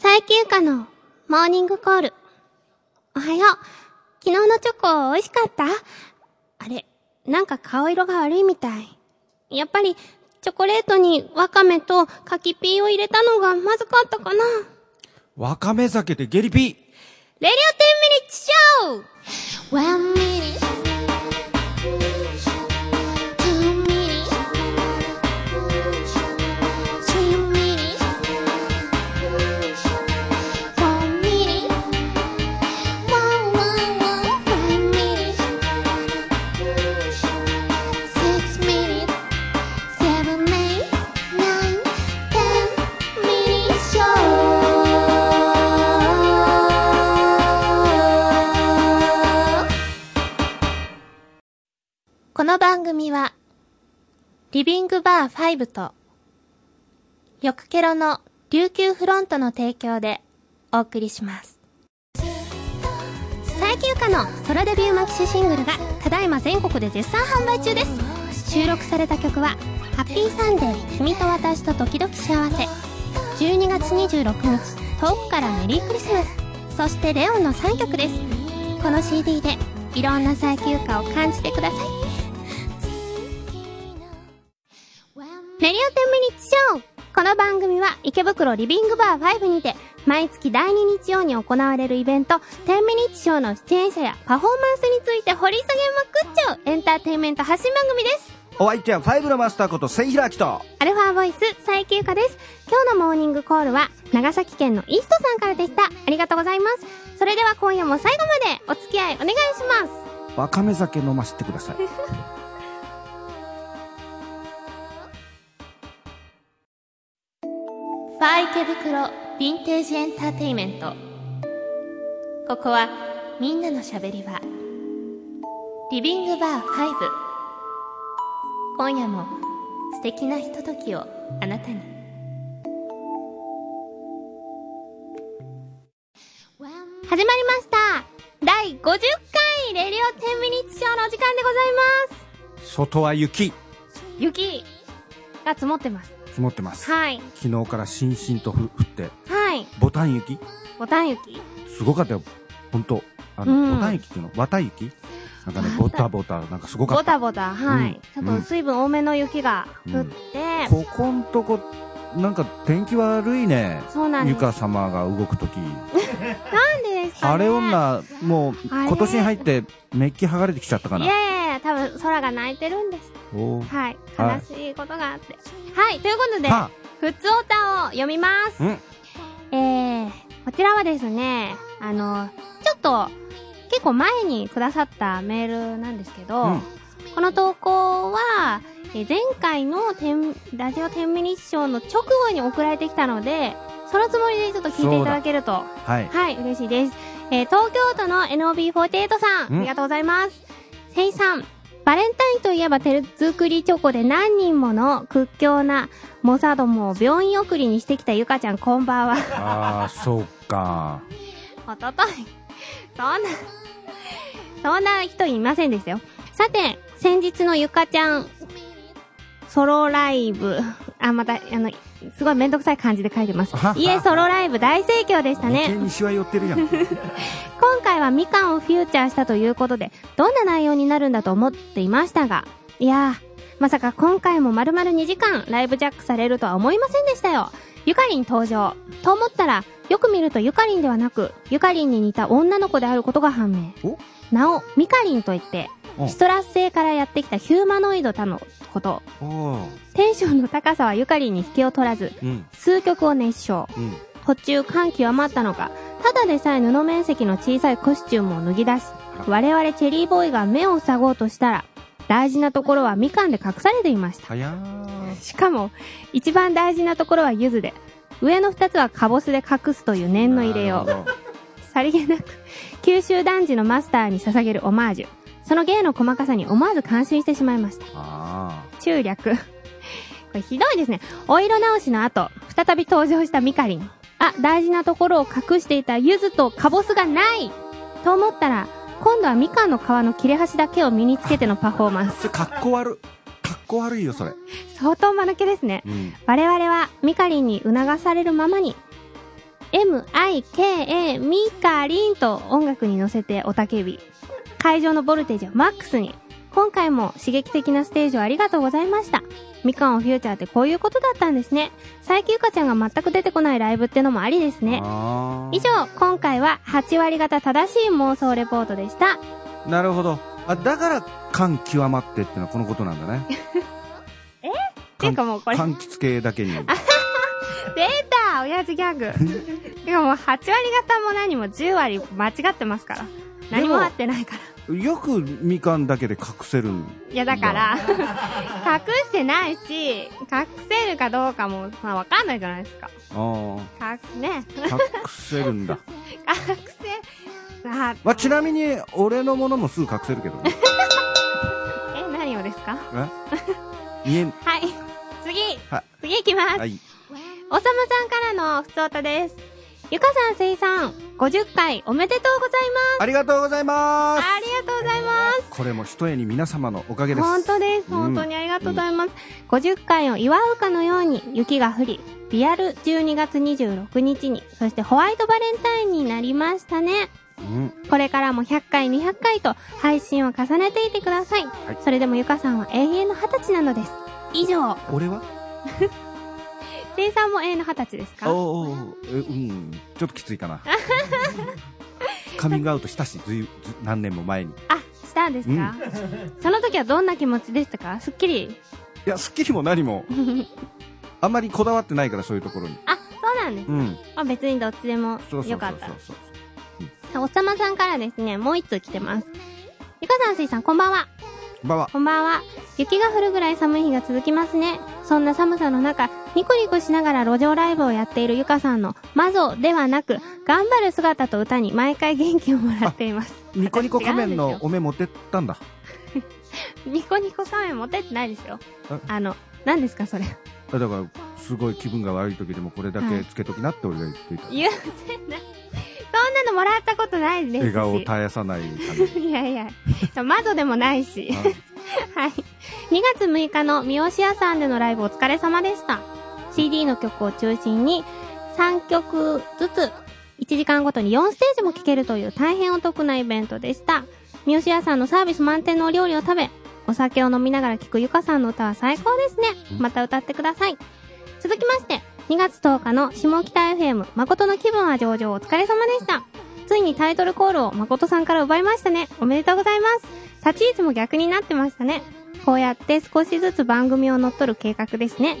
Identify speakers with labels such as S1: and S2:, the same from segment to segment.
S1: 体休暇のモーニングコール。おはよう。昨日のチョコ美味しかったあれ、なんか顔色が悪いみたい。やっぱり、チョコレートにワカメと柿ピーを入れたのがまずかったかな。
S2: わかめ酒でゲリピ
S1: レディオ10ミニッツショー !1 minute, two minutes, three minutes, four minutes, one, one, one, five minutes, six minutes, seven, eight, nine, ten minutes show. この番組は、リビングバー5と、よくケロの琉球フロントの提供でお送りします。最休暇のソロデビューマキシシングルがただいま全国で絶賛販売中です。収録された曲は、ハッピーサンデー、君と私と時々幸せ。12月26日、遠くからメリークリスマス。そしてレオンの3曲です。この CD でいろんな最休暇を感じてください。レディオ10ミニッツショーこの番組は池袋リビングバー5にて毎月第2日曜に行われるイベント10ミニッツショーの出演者やパフォーマンスについて掘り下げまくっちゃうエンターテインメント発信番組です
S2: お相手はファイブのマスターこと千平明と
S1: アルファボイス最休暇です今日のモーニングコールは長崎県のイーストさんからでしたありがとうございますそれでは今夜も最後までお付き合いお願いします
S2: わかめ酒飲ませてくだ さい
S1: ファー池袋ヴィンテージエンターテイメントここはみんなのしゃべり場リビングバー5今夜も素敵なひとときをあなたに始まりました第50回レディオ10ミニッツショーのお時間でございます
S2: 外は雪
S1: 雪が積もってます
S2: 積もってます
S1: はい
S2: 昨日からしんしんとふ降って
S1: はい
S2: ボタン雪
S1: ボタン雪
S2: すごかったよ本当あの、
S1: うん
S2: ボタン雪っていうの綿雪なんかねボ
S1: わ
S2: タ
S1: た
S2: ボタなんかすごか
S1: ボ
S2: った
S1: タボタ、はい。
S2: うん
S1: ちょっと水分多めの雪が降って、
S2: ここんとこなんか天気悪いね
S1: そうなんで
S2: ゆ
S1: す。な
S2: か様が動くとき
S1: んでですかね
S2: 晴れ女もう
S1: あれ
S2: 今年に入ってメッキ剥がれてきちゃったか
S1: い
S2: な
S1: やいや多分空が泣いてるんです。
S2: おー
S1: はい。
S2: はい
S1: 悲しいことがあって。はい、ということで、
S2: は
S1: ふつおたを読みます。
S2: うん
S1: えー、こちらはですね、あの、ちょっと、結構前にくださったメールなんですけど、
S2: うん
S1: この投稿は、えー前回の天ラジオ天ミニッションの直後に送られてきたので、そのつもりでちょっと聞いていただけると、
S2: はい
S1: はい、嬉しいです。えー東京都の NOB48 さん、
S2: うん
S1: ありがとうございます。せいさん、バレンタインといえば手作りチョコで何人もの屈強なモサどもを病院送りにしてきたゆかちゃんこんばんは。
S2: ああそうか
S1: おととい。そんな、そんな人いませんですよ。さて、先日のゆかちゃん、ソロライブ。あ、また、あの、すごいめんどくさい感じで書いてます。いえ、ソロライブ大盛況でしたね。
S2: にしわ寄ってるやん
S1: 今回はみかんをフューチャーしたということで、どんな内容になるんだと思っていましたが、いやー、まさか今回も丸々2時間ライブジャックされるとは思いませんでしたよ。ゆかりん登場。と思ったら、よく見るとゆかりんではなく、ゆかりんに似た女の子であることが判明
S2: お。
S1: なお、ミカリンといって
S2: う、ん
S1: シトラス星からやってきたヒューマノイド他のこと。
S2: おー
S1: テンションの高さはゆかりんに引けを取らず、
S2: うん
S1: 数曲を熱唱。
S2: うん
S1: 途中感極まったのか、ただでさえ布面積の小さいコスチュームを脱ぎ出し、我々チェリーボーイが目を塞ごうとしたら、大事なところはみかんで隠されていました。
S2: 早ー
S1: しかも、一番大事なところはゆずで、上の二つはカボスで隠すという念の入れよう。
S2: なるほど
S1: さりげなく、九州男児のマスターに捧げるオマージュ。その芸の細かさに思わず感心してしまいました。
S2: あ
S1: 中略。 これひどいですね。お色直しの後、再び登場したミカリン。あ、大事なところを隠していたユズとカボスがないと思ったら、今度はみかんの皮の切れ端だけを身につけてのパフォーマン
S2: あ
S1: ス。
S2: それかっこ悪かっこ悪いよそれ
S1: 相当間抜けですね。
S2: うん
S1: 我々はミカリンに促されるままに、 MIKA ミカリンと音楽に乗せておたけび。会場のボルテージをマックスに。今回も刺激的なステージをありがとうございました。みかんをフューチャーってこういうことだったんですね。最休かちゃんが全く出てこないライブってのもありですね。
S2: あー
S1: 以上、今回は8割方正しい妄想レポートでした。
S2: なるほどあだから感極まってってのはこのことなんだね
S1: えってい
S2: 感
S1: うかもうこれ、出
S2: 柑橘系だけに
S1: た親父ギャ グてかもう8割方も何も10割間違ってますから。何も合ってないから。
S2: よくみかんだけで隠せるん
S1: いやだから、 隠してないし、隠せるかどうかも、まあわかんないじゃないですか。
S2: あ
S1: 隠、ね。
S2: あ隠せるんだ、
S1: 隠せ、あ、
S2: まあ、ちなみに俺のものもすぐ隠せるけどね
S1: え、何をですかは
S2: え見えん
S1: い。次
S2: は
S1: 次行きます。
S2: はい
S1: おさむさんからのふつおたです。ゆかさん、せいさん、50回おめでとうござい
S2: ありがとうござい
S1: ま
S2: ま
S1: す。
S2: す
S1: ありがとうございます。
S2: これもひとえに皆様のおかげです
S1: 本当です。
S2: うん
S1: 本当にありがとうございます。50回を祝うかのように雪が降り、リアル12月26日に、そしてホワイトバレンタインになりましたね。
S2: うん、
S1: これからも100回、200回と配信を重ねていてください。
S2: い
S1: それでもゆかさんは永遠の20歳なのです。以上、
S2: 俺は
S1: 生産も永遠の20歳ですか
S2: おうおうおうえうんちょっときつい かなカミングアウトしたしずいず何年も前に
S1: あ、したんですか、その時はどんな気持ちでしたかすっきり。
S2: いや『スッキリ』も何 もあんまりこだわってないからそういうところに
S1: あ、そうなんです。
S2: うん
S1: まあ別にどっちでも
S2: そうそうそうそう
S1: よかったら。
S2: そう
S1: おさまさんからですね、もう一通来てます。ゆかさん、すいさん、こんばんは。
S2: こんばんは
S1: こんばんは。雪が降るぐらい寒い日が続きますね。そんな寒さの中、ニコニコしながら路上ライブをやっているゆかさんの、マゾではなく、頑張る姿と歌に毎回元気をもらっています。
S2: ニコニコ仮面
S1: 違うん
S2: の
S1: です
S2: お目持ってったんだ
S1: ニコニコ仮面持ってってないですよ
S2: え。
S1: あの、何ですかそれ。
S2: だからすごい気分が悪い時でもこれだけつけときなって俺が言っていた、
S1: 言ってない。そんなのもらったことないですし。
S2: 笑顔を絶やさないた めに
S1: いやいや、マゾでもない し。
S2: は
S1: は
S2: い
S1: い。2月6日の三好屋さんでのライブお疲れ様でした。CD の曲を中心に3曲ずつ1時間ごとに4ステージも聴けるという大変お得なイベントでした。三好屋さんのサービス満点のお料理を食べ、お酒を飲みながら聴くゆかさんの歌は最高ですね。また歌ってください。続きまして、2月10日の下北 FM 誠の気分は上々お疲れ様でした。ついにタイトルコールを誠さんから奪いましたね。おめでとうございます。立ち位置も逆になってましたね。こうやって少しずつ番組を乗っ取る計画ですね。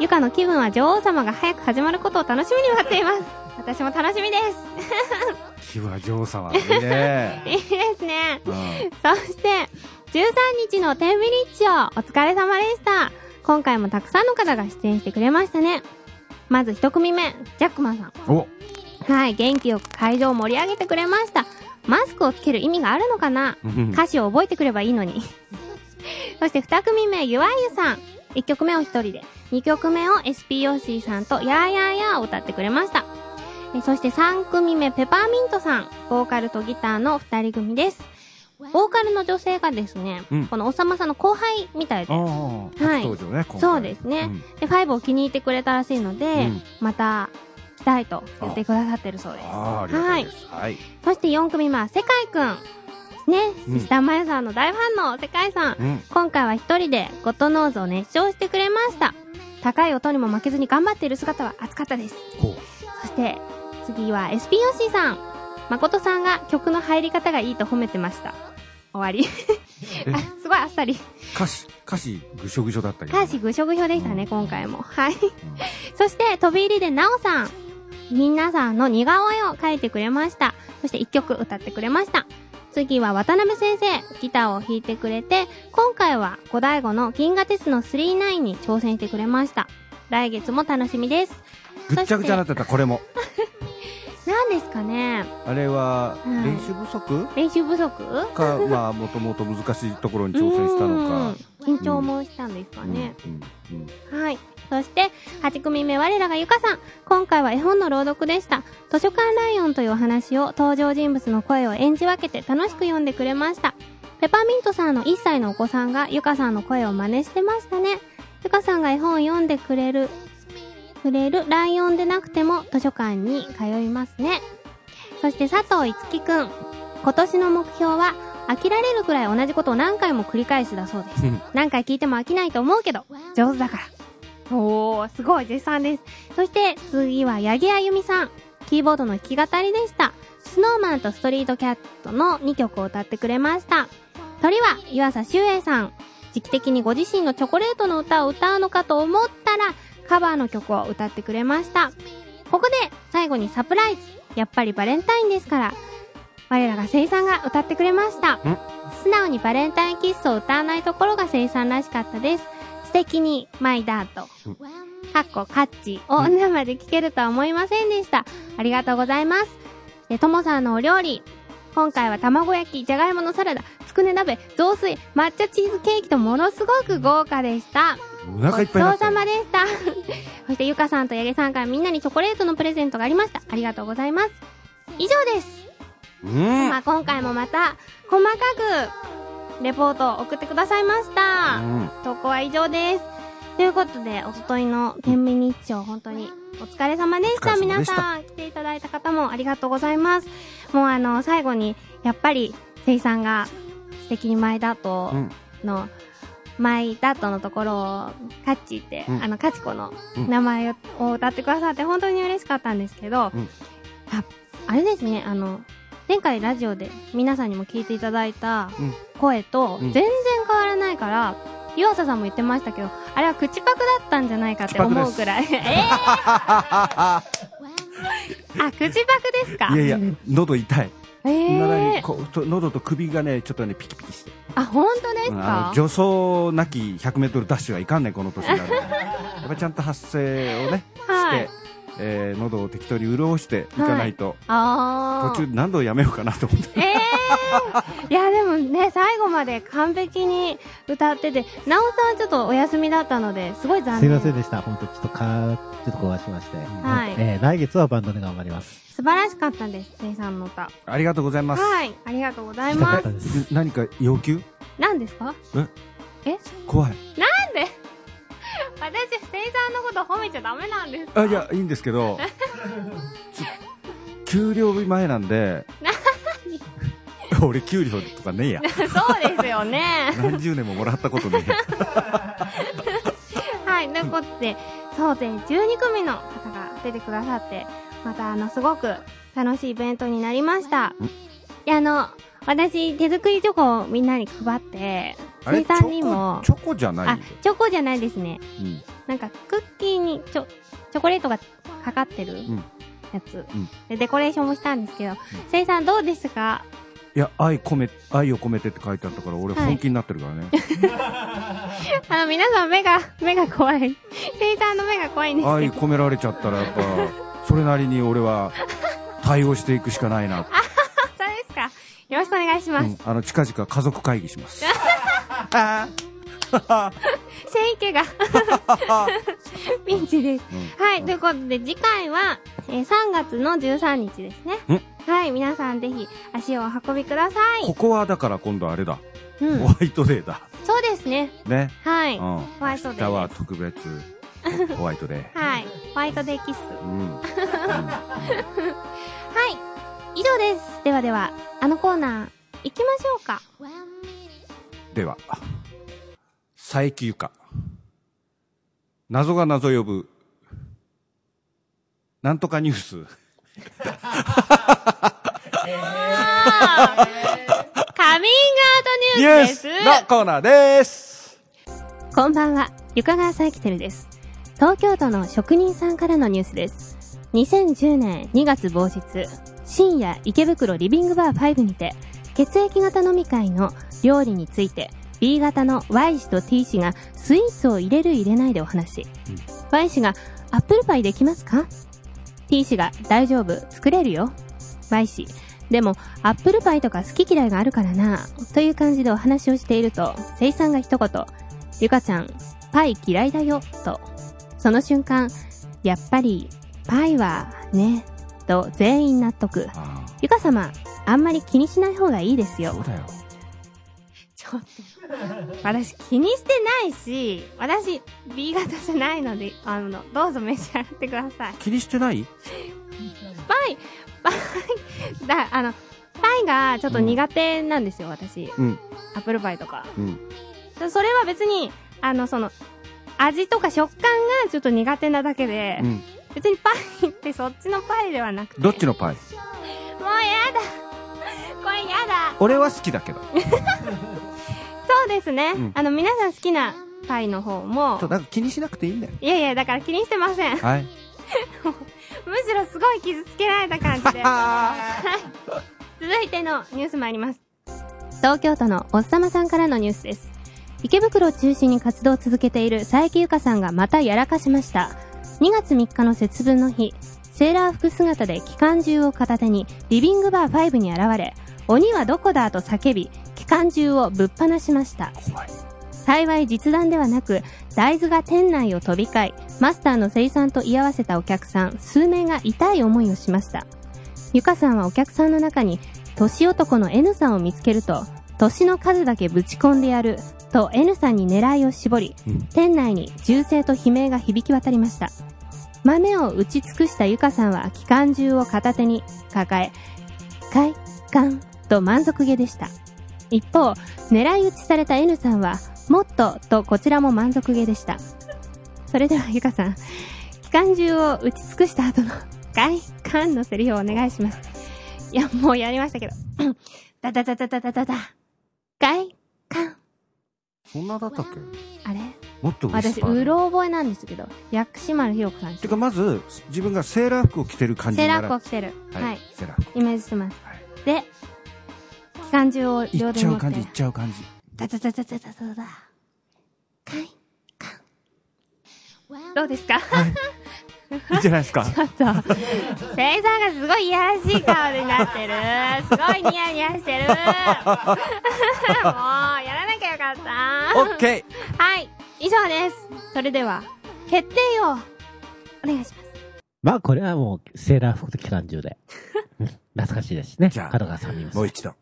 S1: ゆかの気分は女王様が早く始まることを楽しみに待っています。私も楽しみです。
S2: 気は女王様いいね、
S1: いいですね。
S2: うん
S1: そして、13日の10ミリッチをお疲れ様でした。今回もたくさんの方が出演してくれましたね。まず一組目、ジャックマンさん。
S2: お
S1: はい、元気よく会場を盛り上げてくれました。マスクをつける意味があるのかな
S2: うん
S1: 歌詞を覚えてくればいいの に。そして2組目、ゆわゆさん。1曲目を1人で、2曲目を SPOC さんと、やーやーやーを歌ってくれました。えそして3組目、ペパーミントさん。ボーカルとギターの2人組です。ボーカルの女性がですね、
S2: うん
S1: このおさまさんの後輩みたいで、
S2: ああ
S1: はい
S2: 初登場ね、今回
S1: そうですね
S2: ん
S1: で、5を気に入ってくれたらしいので、
S2: うん
S1: また来たいと言ってくださってるそうです。
S2: ああありがたいですはい、
S1: そして4組目は、世界くん。ね、
S2: うん
S1: シスターマヤさんの大ファンの世界さん。
S2: うん
S1: 今回は一人でゴッドノーズを熱唱してくれました高い音にも負けずに頑張っている姿は熱かったです
S2: ほう
S1: そして次は SPOC さん誠さんが曲の入り方がいいと褒めてました終わり
S2: え
S1: あすごいあっさ り
S2: 歌詞歌詞ぐしょぐしょだったけど
S1: 歌詞ぐしょぐしょでしたね今回もはい
S2: うん
S1: そして飛び入りでなおさん皆さんの似顔絵を描いてくれましたそして1曲歌ってくれました次は渡辺先生ギターを弾いてくれて今回は五大悟の「銀河鉄の39」に挑戦してくれました来月も楽しみです
S2: ぐっちゃぐちゃになってたこれも
S1: 何ですかね
S2: あれは
S1: うん
S2: 練習不足
S1: 練習不足
S2: か、まあもともと難しいところに挑戦したのか
S1: うん緊張もしたんですかね、
S2: うんうんうん
S1: はい。そして、8組目、我らがゆかさん。今回は絵本の朗読でした。図書館ライオンというお話を登場人物の声を演じ分けて楽しく読んでくれました。ペパーミントさんの1歳のお子さんがゆかさんの声を真似してましたね。ゆかさんが絵本を読んでくれる触れるライオンでなくても図書館に通いますね。そして佐藤いつきくん。今年の目標は飽きられるくらい同じことを何回も繰り返すだそうです。何回聞いても飽きないと思うけど、上手だから。おー、すごい、絶賛です。そして、次は、八木あゆみさん。キーボードの弾き語りでした。スノーマンとストリートキャットの2曲を歌ってくれました。鳥は、岩佐修英さん。時期的にご自身のチョコレートの歌を歌うのかと思ったら、カバーの曲を歌ってくれました。ここで、最後にサプライズ。やっぱりバレンタインですから。我らが生産が歌ってくれました。素直にバレンタインキッスを歌わないところが生産らしかったです。素敵にマイダート、カッコカッチを生で聞けるとは思いませんでした。ありがとうございます。で、ともさんのお料理。今回は卵焼き、じゃがいものサラダ、つくね鍋、雑炊、抹茶チーズケーキとものすごく豪華でした。
S2: お腹い
S1: ご
S2: っぱいになっ
S1: ち
S2: て
S1: そう
S2: る
S1: さまでした。 そしてゆかさんとやげさんからみんなにチョコレートのプレゼントがありました。ありがとうございます。以上です。
S2: うん
S1: まあ、今回もまた細かくレポートを送ってくださいました、
S2: うん
S1: 投稿は以上ですということでおとといの「天秤日常」本当にお疲れ様でした
S2: お疲れ様
S1: 皆
S2: でした
S1: さん来ていただいた方もありがとうございますもうあの最後にやっぱりせいさんが「素敵に前だと
S2: う」ん
S1: の「前だと」のところをカッチーって、
S2: うん
S1: あのカチコの
S2: うん
S1: 名前を歌ってくださって本当に嬉しかったんですけど、
S2: うん
S1: ああれですねあの前回ラジオで皆さんにも聞いていただいた
S2: うん
S1: 声と
S2: うん
S1: 全然変わらないから、湯浅さんも言ってましたけどあれは口パクだったんじゃないかって思うく らいえーあ口パクですか
S2: いやいや喉痛い
S1: え
S2: いまだ
S1: ー
S2: にこうと喉と首がねちょっとねピキピキして
S1: あ本当です
S2: うん
S1: か
S2: あの、助走なき 100m ダッシュはいかんねこの年 になるやっぱちゃんと発声をねして、
S1: はい
S2: えー喉を適当に潤していかないと、
S1: あー
S2: 途中何度やめようかな と思って
S1: えー、いやでもね最後まで完璧に歌っててなおさんはちょっとお休みだったのですごい残
S3: すい
S1: 念
S3: ませんでした。本当ちょっとか、ちょっと壊しまして。
S1: はい
S3: えー来月はバンドで頑張ります。
S1: 素晴らしかったですせいさんの歌
S2: ありがとうございます、
S1: はいありがとうござい
S3: 行きたか
S1: ま
S3: った
S1: す
S3: です。
S2: 何か要求
S1: 何ですか
S2: え
S1: え
S2: 怖い
S1: なんで私せいさんのこと褒めちゃダメなんです
S2: あ いやいいんですけどちょ給料日前なんで 俺給料とかねえや
S1: そうですよね
S2: 何十年ももらったこと ねえや
S1: はいということで総勢12組の方が出てくださってまたあのすごく楽しいイベントになりましたいやあの私手作りチョコをみんなに配って
S2: あ
S1: せ
S2: れ
S1: いさんにも
S2: チョコチョコじゃない
S1: あ
S2: んだよ、
S1: チョコじゃないですね
S2: うん
S1: なんかクッキーにちょチョコレートがかかってる
S2: ん
S1: やつ、
S2: ん
S1: でデコレーションもしたんですけど、せいさんどうですか
S2: いや愛込め愛を込めてって書いてあったから俺
S1: はい
S2: 本気になってるか らね、
S1: あの皆さん目が目が怖いせいさんの目が怖いんですけ
S2: 愛込められちゃったらやっぱそれなりに俺は対応していくしかないな、
S1: どそうですかよろしくお願いしま
S2: う
S1: す、
S2: ん、あの近々家族会議します
S1: せい けがピンチです、
S2: う
S1: はいということで次回は、えー3月の13日ですねはい皆さんぜひ足をお運びくださ
S2: こ
S1: い、
S2: こはだから今度あれだ、
S1: うん
S2: ホ、ワイトデーだ
S1: そうですね
S2: ね、
S1: はい、
S2: うん、
S1: ホ
S2: 明
S1: ワイトデー
S2: 日は 特別ホワイトデー
S1: はいホワイトデーキッス
S2: うん
S1: はい。以上です。ではでは、あのコーナー、行きましょう か。
S2: では佐伯ゆか謎が謎呼ぶなんとかニュース
S1: カミングアウト
S2: ニュ
S1: ニュー
S2: ー
S1: ス
S2: ス
S1: です。
S2: のコーナーです
S1: こんばんは、床川さきてるです。東京都の職人さんからのニュースです。2010年2月某日、深夜池袋リビングバー5にて、血液型飲み会の料理について、B 型の Y 氏と T 氏がスイーツを入れる入れないでお話し、Y 氏がアップルパイできますか ?T 氏が大丈夫、作れるよ。Y 氏、でもアップルパイとか好き嫌いがあるからな、という感じでお話をしていると、生産が一言、ゆかちゃん、パイ嫌いだよ、と。その瞬間、やっぱり、パイは、ね、と全員納得。
S2: あ
S1: ゆか様、あんまり気にしない方がいいです
S2: あそ
S1: よ
S2: う。だよ
S1: ちょっと。私気にしてないし、私 B 型じゃないので、あの、どうぞ召し上がってください。
S2: 気にしてない
S1: パイ、パイ、 だ、あの、パイがちょっと苦手なんですよ、私。
S2: うん、
S1: アップルパイとか。
S2: うん。
S1: それは別に、あの、その、味とか食感がちょっと苦手なだけで、
S2: うん。
S1: 別にパイってそっちのパイではなくて。
S2: どっちのパイ
S1: もうやだ。これやだ。
S2: 俺は好きだけど。
S1: そうですね。
S2: うん
S1: あの、皆さん好きなパイの方も
S2: そう、、なんか気にしなくていいんだよ。
S1: いやいや、だから気にしてません。
S2: はい。
S1: むしろすごい傷つけられた感じで。
S2: あ
S1: 続いてのニュース参ります。東京都のおっさまさんからのニュースです。池袋を中心に活動を続けている佐伯ゆかさんがまたやらかしました。2月3日の節分の日、セーラー服姿で機関銃を片手にリビングバー5に現れ、鬼はどこだと叫び、機関銃をぶっ放しました。
S2: 怖い。
S1: 幸い実弾ではなく大豆が店内を飛び交いマスターの生産と居合わせたお客さん数名が痛い思いをしましたゆかさんはお客さんの中に年男の N さんを見つけると年の数だけぶち込んでやると N さんに狙いを絞り、
S2: うん
S1: 店内に銃声と悲鳴が響き渡りました豆を打ち尽くしたゆかさんは機関銃を片手に抱え快感と満足げでした一方狙い撃ちされた N さんはもっととこちらも満足げでしたそれではゆかさん機関銃を撃ち尽くした後の外観のセリフをお願いしますいやもうやりましたけど ダダダダダダダダ外観
S2: そんなだったっけ
S1: あれ
S2: もっとウイス
S1: 私
S2: パーで
S1: うろ覚えなんですけど薬師丸ひろ子さん
S2: てか、まず、自分がセーラー服を着てる感じ
S1: セー
S2: に
S1: ラ
S2: な
S1: ー
S2: ら
S1: 服を着てるはい、
S2: はい。セーラー服。
S1: イメージしてます、
S2: はい
S1: で機関銃を
S2: い
S1: 両
S2: っ
S1: 手
S2: ち
S1: に
S2: ゃ
S1: 持
S2: う
S1: って
S2: 感じ、いっちゃう感じ。
S1: ダダダダダダダダ快感どうですか
S2: いいじゃないですか。
S1: ちょっと、生産がすごいいやらしい顔になってる。すごいニヤニヤしてる。もう、やらなきゃよかった。
S2: オッケー
S1: はい、以上です。それでは、決定を、お願いします。
S3: まあ、これはもう、セーラー服と機関銃 で。懐かしいですしね。
S2: じゃあ
S3: 角川さんにも。
S2: もう一度。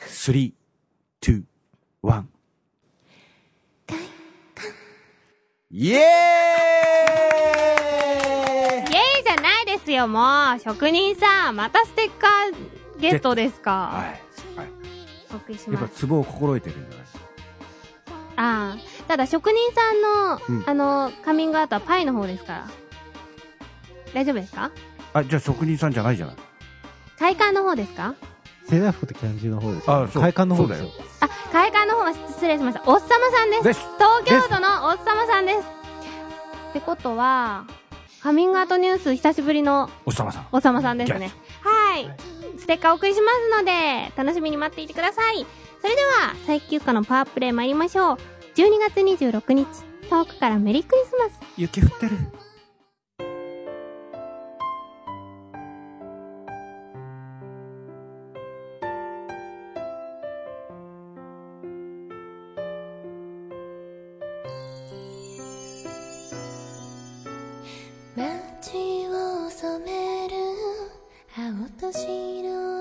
S2: 3、2、1。イエーイ
S1: イエーイじゃないですよ、もう。職人さん、またステッカーゲットです
S2: は
S1: か。
S2: い。はい。
S1: お送りし
S2: やっ
S1: ま
S2: ぱ
S1: す。
S2: ツボを心得てるんじゃない
S1: ああ。ただ、職人さんの、
S2: うん
S1: あの、カミングアウトはパイの方ですから。大丈夫ですか
S2: あ、じゃあ職人さんじゃないじゃない
S1: 快感の方ですか
S3: セーラー服と機関銃の方ですよ。
S2: あそう
S3: 快感の方です
S2: そ
S3: よ
S2: う。
S1: あ、会館の方は失礼しました。おっさまさんです。
S2: です
S1: 東京都のおっさまさんです。ってことは、カミングアウトニュース久しぶりの
S2: おっさまさん。
S1: おっさまさんですね。はい。ステッカーお送りしますので、楽しみに待っていてください。それでは、最休暇のパワープレイ参りましょう。12月26日、遠くからメリークリスマス。
S2: 雪降ってる。
S4: 街を染める青と白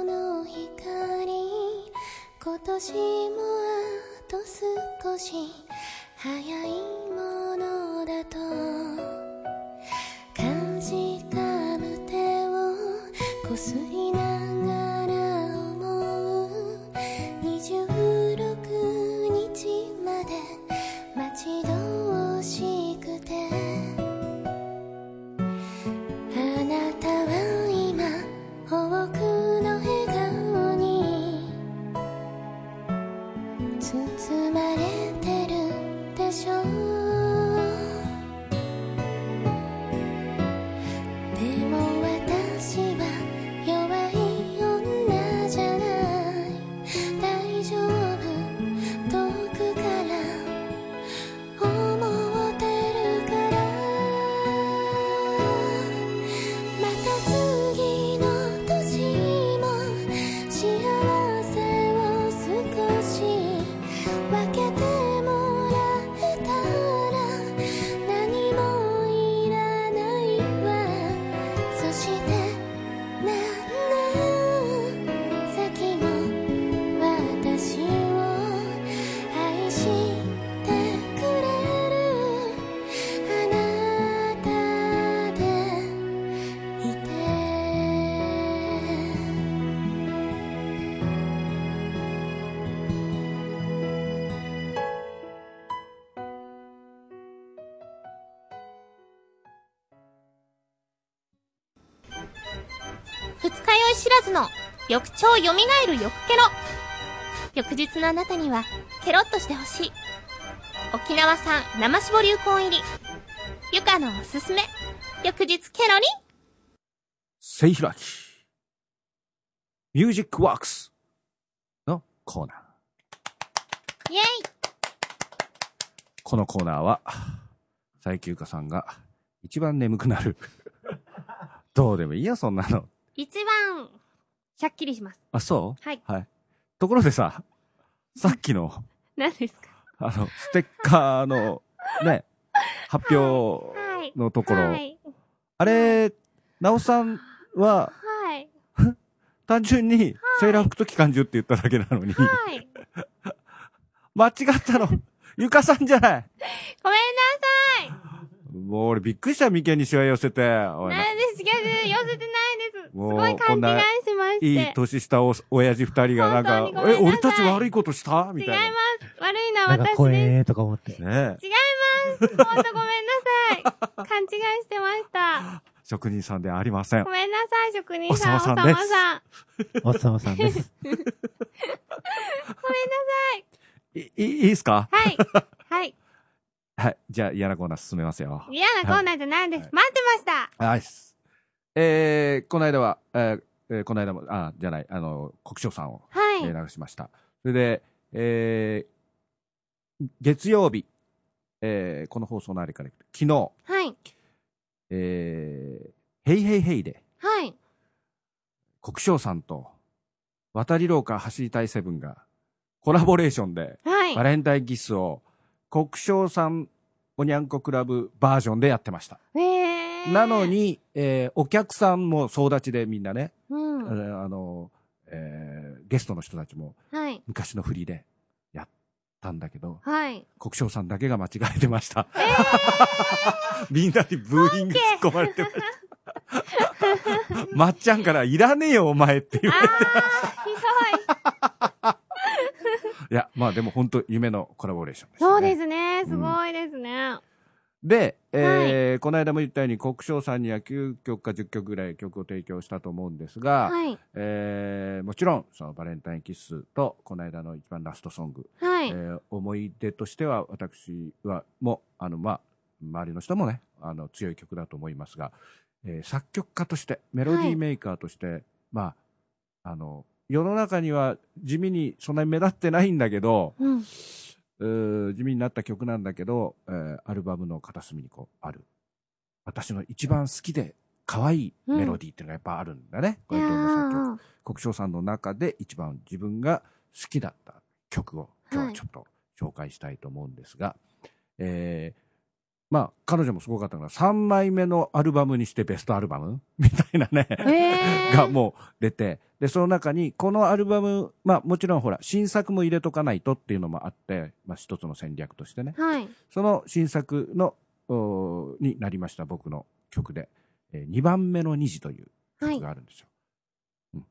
S4: の光今年もあと少し早いものだと感じた胸をこすりながら思う26日まで待ち遠しくて「あなたは今多くの笑顔に包まれてるでしょう」「でも私は弱い
S1: 酔い知らずの翌朝蘇る翌ケロ翌日のあなたにはケロッとしてほしい沖縄産生絞流行入りゆかのおすすめ翌日ケロリン
S2: せいひらき。ミュージックワークスのコーナー。
S1: イェイ
S2: このコーナーは、最休暇さんが一番眠くなる。どうでもいいや、そんなの。
S1: 一番、しゃっきりします。
S2: あ、そう
S1: はい。
S2: はい。ところでさ、さっきの、
S1: 何ですか
S2: あの、ステッカーの、ね、発表
S1: はい。
S2: のところ、
S1: はい。
S2: あれ、なおさんは、
S1: はい。
S2: 単純に、セーラー服と機関銃って言っただけなのに、
S1: はい。
S2: 間違った の。ゆかさんじゃない。
S1: ごめん
S2: もう俺びっくりした、眉間にしわ寄せて。おい
S1: な
S2: な
S1: さい。なんですけど、寄せてないです。す
S2: もう
S1: ごい勘違いしまして。
S2: い
S1: 違い
S2: い年したお親父二人がなん
S1: 本当
S2: か、
S1: に
S2: え、
S1: ごめんなさい
S2: 俺たち悪いことしたみたいな。
S1: ます。悪いのは
S3: なんか
S1: 私
S3: 怖
S1: で
S3: えーとか思 って。
S2: ねえ
S1: す。ほんとごめんなさい。勘違いしてました。
S2: 職人さんではありません
S1: ご。めんなさい、職人さん、
S2: お
S1: お
S2: さ
S1: さ
S2: ま
S1: ま
S2: さんです
S1: さん。
S3: おっさまさんです。
S2: い、いいいですか
S1: はい。はい。
S2: はい。じゃあ嫌なコーナー進めますよ。
S1: 嫌なコーナーじゃないです。
S2: はい
S1: 待ってました。
S2: はい。えー、この間は、えーえーこの間も、あ、じゃない、あの、国章さんを、
S1: はい。
S2: えー流しました。それで、えー、月曜日、えー、この放送のあれから、昨日、
S1: はい。
S2: えー、ヘイヘイヘイで、
S1: はい。
S2: 国章さんと、渡り廊下走りたいセブンが、コラボレーションで、
S1: はい。
S2: バレンタインギスを、国章さんおにゃんこクラブバージョンでやってました。
S1: えー。
S2: なの。に、えーお客さんも総立ちでみんなね、
S1: うん。
S2: え
S1: は
S2: ーあの、えーゲストの人たちも
S1: い。
S2: 昔の振りでやったんだけど、
S1: はい。
S2: 国章さんだけが間違えてました。みんなにブーイング突っ込まれてました。まっちゃんから、いらねえよ、お前っていう
S1: あ。ー、ひ どい。
S2: いや、まあでも本当夢のコラボレーションです、ね。
S1: そうですね。すごいですね。
S2: で、えーこの間も言ったように国章さんには9曲か10曲ぐらい曲を提供したと思うんですが、
S1: はい。
S2: えーもちろんそのバレンタインキッスとこの間の一番ラストソング、
S1: は
S2: え
S1: い。
S2: ー思い出としては私はもうあのまあ周りの人もねあの強い曲だと思いますが、えー作曲家としてメロディーメーカーとして、まああの世の中には地味にそんなに目立ってないんだけど、
S1: うん。
S2: うー地味になった曲なんだけど、えーアルバムの片隅にこうある私の一番好きで可愛いメロディーっていうのがやっぱあるんだね、これどの作曲
S1: うん
S2: 国章さんの中で一番自分が好きだった曲を今日は
S1: はい
S2: ちょっと紹介したいと思うんですが、えーまあ彼女もすごかったのが3枚目のアルバムにしてベストアルバムみたいなね、
S1: えー、
S2: がもう出てでその中にこのアルバムまあもちろんほら新作も入れとかないとっていうのもあって、まあ、一つの戦略としてね
S1: はい。
S2: その新作のおーになりました僕の曲で、え2番目の2時という
S1: はい
S2: 曲が。あるんですよ。うん、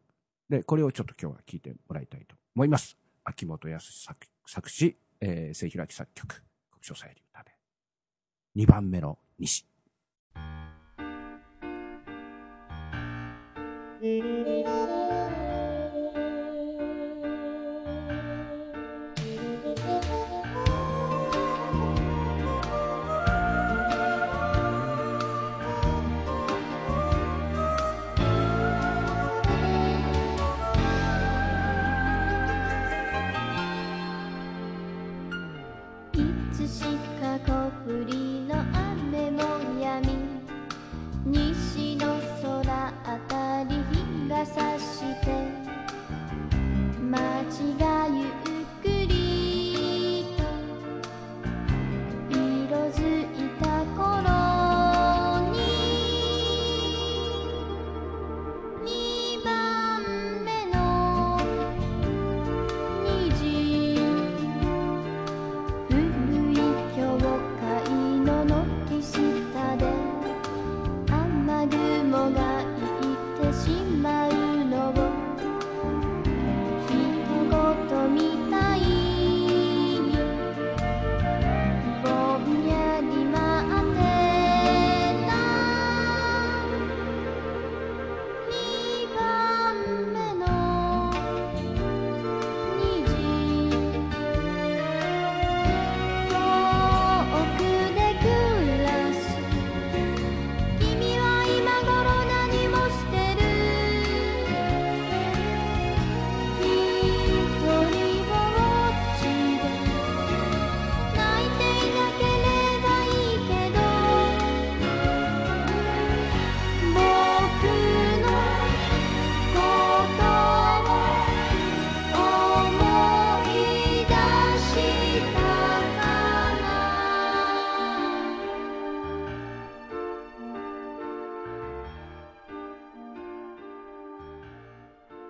S2: で、これをちょっと今日は聞いてもらいたいと思います。秋元康作作詞、えー、清平明作曲、国書さゆり歌で。2番目の西。
S5: いつしか小降りの雨も止み西の空あたり日が差し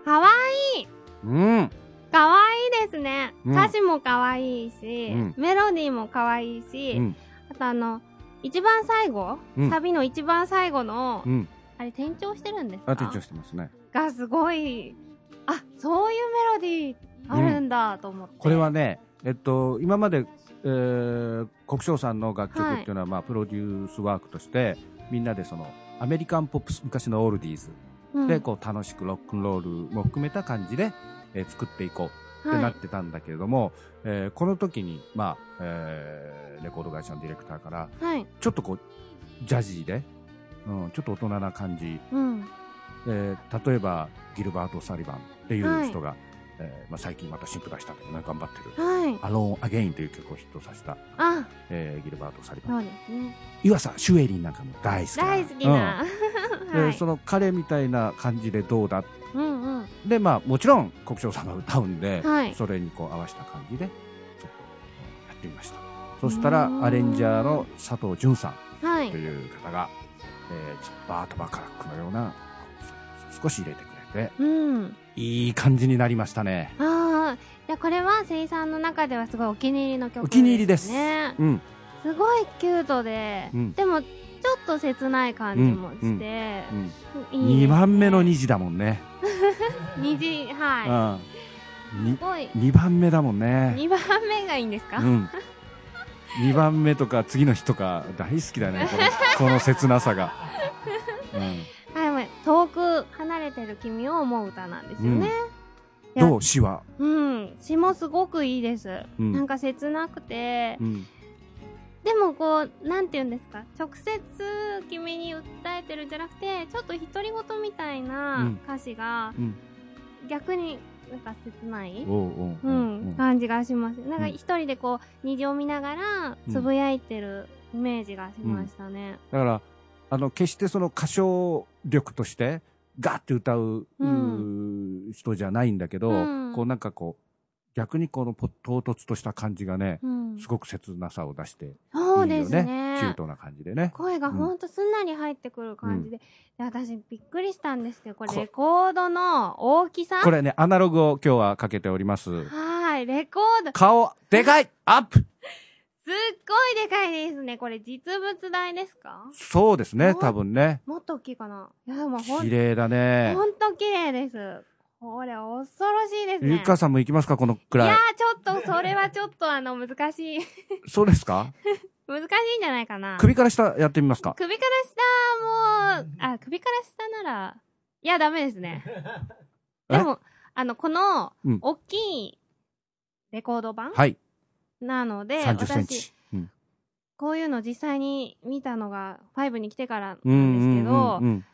S1: かわ
S2: うん。
S1: い、かわいいですね。
S2: うん
S1: 歌詞もかわいいし、
S2: うん
S1: メロディーもかわいいし、
S2: うん。
S1: あとあの、一番最後、
S2: うん
S1: サビの一番最後の、
S2: うん。
S1: あれ転調してるんですか
S2: あ、店長してますね。
S1: がすごい、あ、そういうメロディーあるんだと思って。
S2: これはね、えっと、今まで、えー、国章さんの楽曲っていうのは、まあ、プロデュースワークとして、みんなでその、アメリカンポップス、昔のオールディーズ
S1: うん、
S2: で、こう、楽しくロックンロールも含めた感じで、えー作っていこうってなってたんだけれども、えーこの時に、まあ、えーレコード会社のディレクターから、
S1: はい、はい、
S2: ちょっとこう、ジャジーで、うん、ちょっと大人な感じ、
S1: うん、
S2: えー例えば、ギルバート・サリバンっていう人が、えーまあ、最近また新譜出したんだけどね、頑張ってる。
S1: はい。
S2: アローン・アゲインという曲をヒットさせた、
S1: あ、
S2: えーギルバート・サリバ
S1: そ
S2: ン。
S1: うですね。
S2: 岩佐シュエリンなんかも大好きな。
S1: 大好きな。
S2: うん
S1: は
S2: で
S1: い
S2: そ。の彼みたいな感じでどうだ
S1: うんうん。
S2: で、まあ、もちろん国章さんが歌うんで、
S1: はい
S2: それにこう合わせた感じで、ちょっとやってみました。そしたら、アレンジャーの佐藤淳さん。
S1: は
S2: と
S1: い。
S2: いう方が、えー、ジッパーとバカラックのような少し入れてくれて
S1: うん。
S2: いい感じになりましたね
S1: ああ、じゃあこれは生産の中ではすごいお気に入りの曲、
S2: お気に入りです
S1: ね。
S2: うん
S1: すごいキュートで、
S2: うん
S1: でもちょっと切ない感じもして、
S2: うんうん、
S1: いいですね
S2: 2番目の虹だもんね、
S1: 虹、はい。
S2: うん
S1: すごい。
S2: 2番目だもんね
S1: 2番目がいいんですか、
S2: うん、2番目とか次の日とか大好きだねこ のこの切なさが、
S1: はい、もう遠く離れてる君を思う歌なんですよね。
S2: う
S1: い
S2: ん、
S1: や
S2: どう詩は、
S1: うん。詩もすごくいいです。
S2: うん
S1: なんか切なくて
S2: う、ん
S1: でもこう、なんて言うんですか、直接君に訴えてるんじゃなくて、ちょっと独り言みたいな歌詞が、
S2: うん
S1: 逆になんか切ない、
S2: おうおう
S1: う、
S2: おうん
S1: 感じがします。なんか
S2: うん
S1: 一人でこう、虹を見ながら、
S2: うん
S1: つぶやいてるイメージがしましたね。
S2: だからあの決してその歌唱力としてガッて歌う,うー、
S1: う
S2: 人じゃないんだけど、
S1: うん
S2: こうなんかこう逆にこのポ唐突とした感じがね、
S1: うん。
S2: すごく切なさを出していい
S1: そ
S2: よ
S1: うで
S2: ね
S1: すね。
S2: 中途な感じでね。
S1: 声がほんとすんなり入ってくる感じで。で私びっくりしたんですけど、これ
S2: こ
S1: レコードの大きさ
S2: これねアナログを今日はかけております。
S1: はい、レコード。
S2: 顔でかいアップ
S1: すっごいでかいですね。これ実物大ですか
S2: そうですね
S1: お
S2: 多分ね
S1: もっと大きいかないや、もうほん
S2: 綺、麗だね
S1: ほ。んと綺麗です。これ恐ろしいです
S2: ゆ
S1: ね。
S2: かさんも行きますかこのく
S1: い
S2: ら
S1: や
S2: い。
S1: ー、ちょっと、それはちょっと、あの、難しい。
S2: そうですか？
S1: 難しいんじゃないかな。
S2: 首から下やってみますか。
S1: 首から下も、あ、首から下なら、いや、ダメですね。
S2: え
S1: でも、あの、この
S2: うん、
S1: 大きいレコード版
S2: はい
S1: なので、
S2: 三十セン
S1: 私
S2: チ、。うん
S1: こういうの実際に見たのが、5に来てから
S2: う
S1: なんです
S2: ん
S1: け
S2: う
S1: ど、
S2: んうんうん。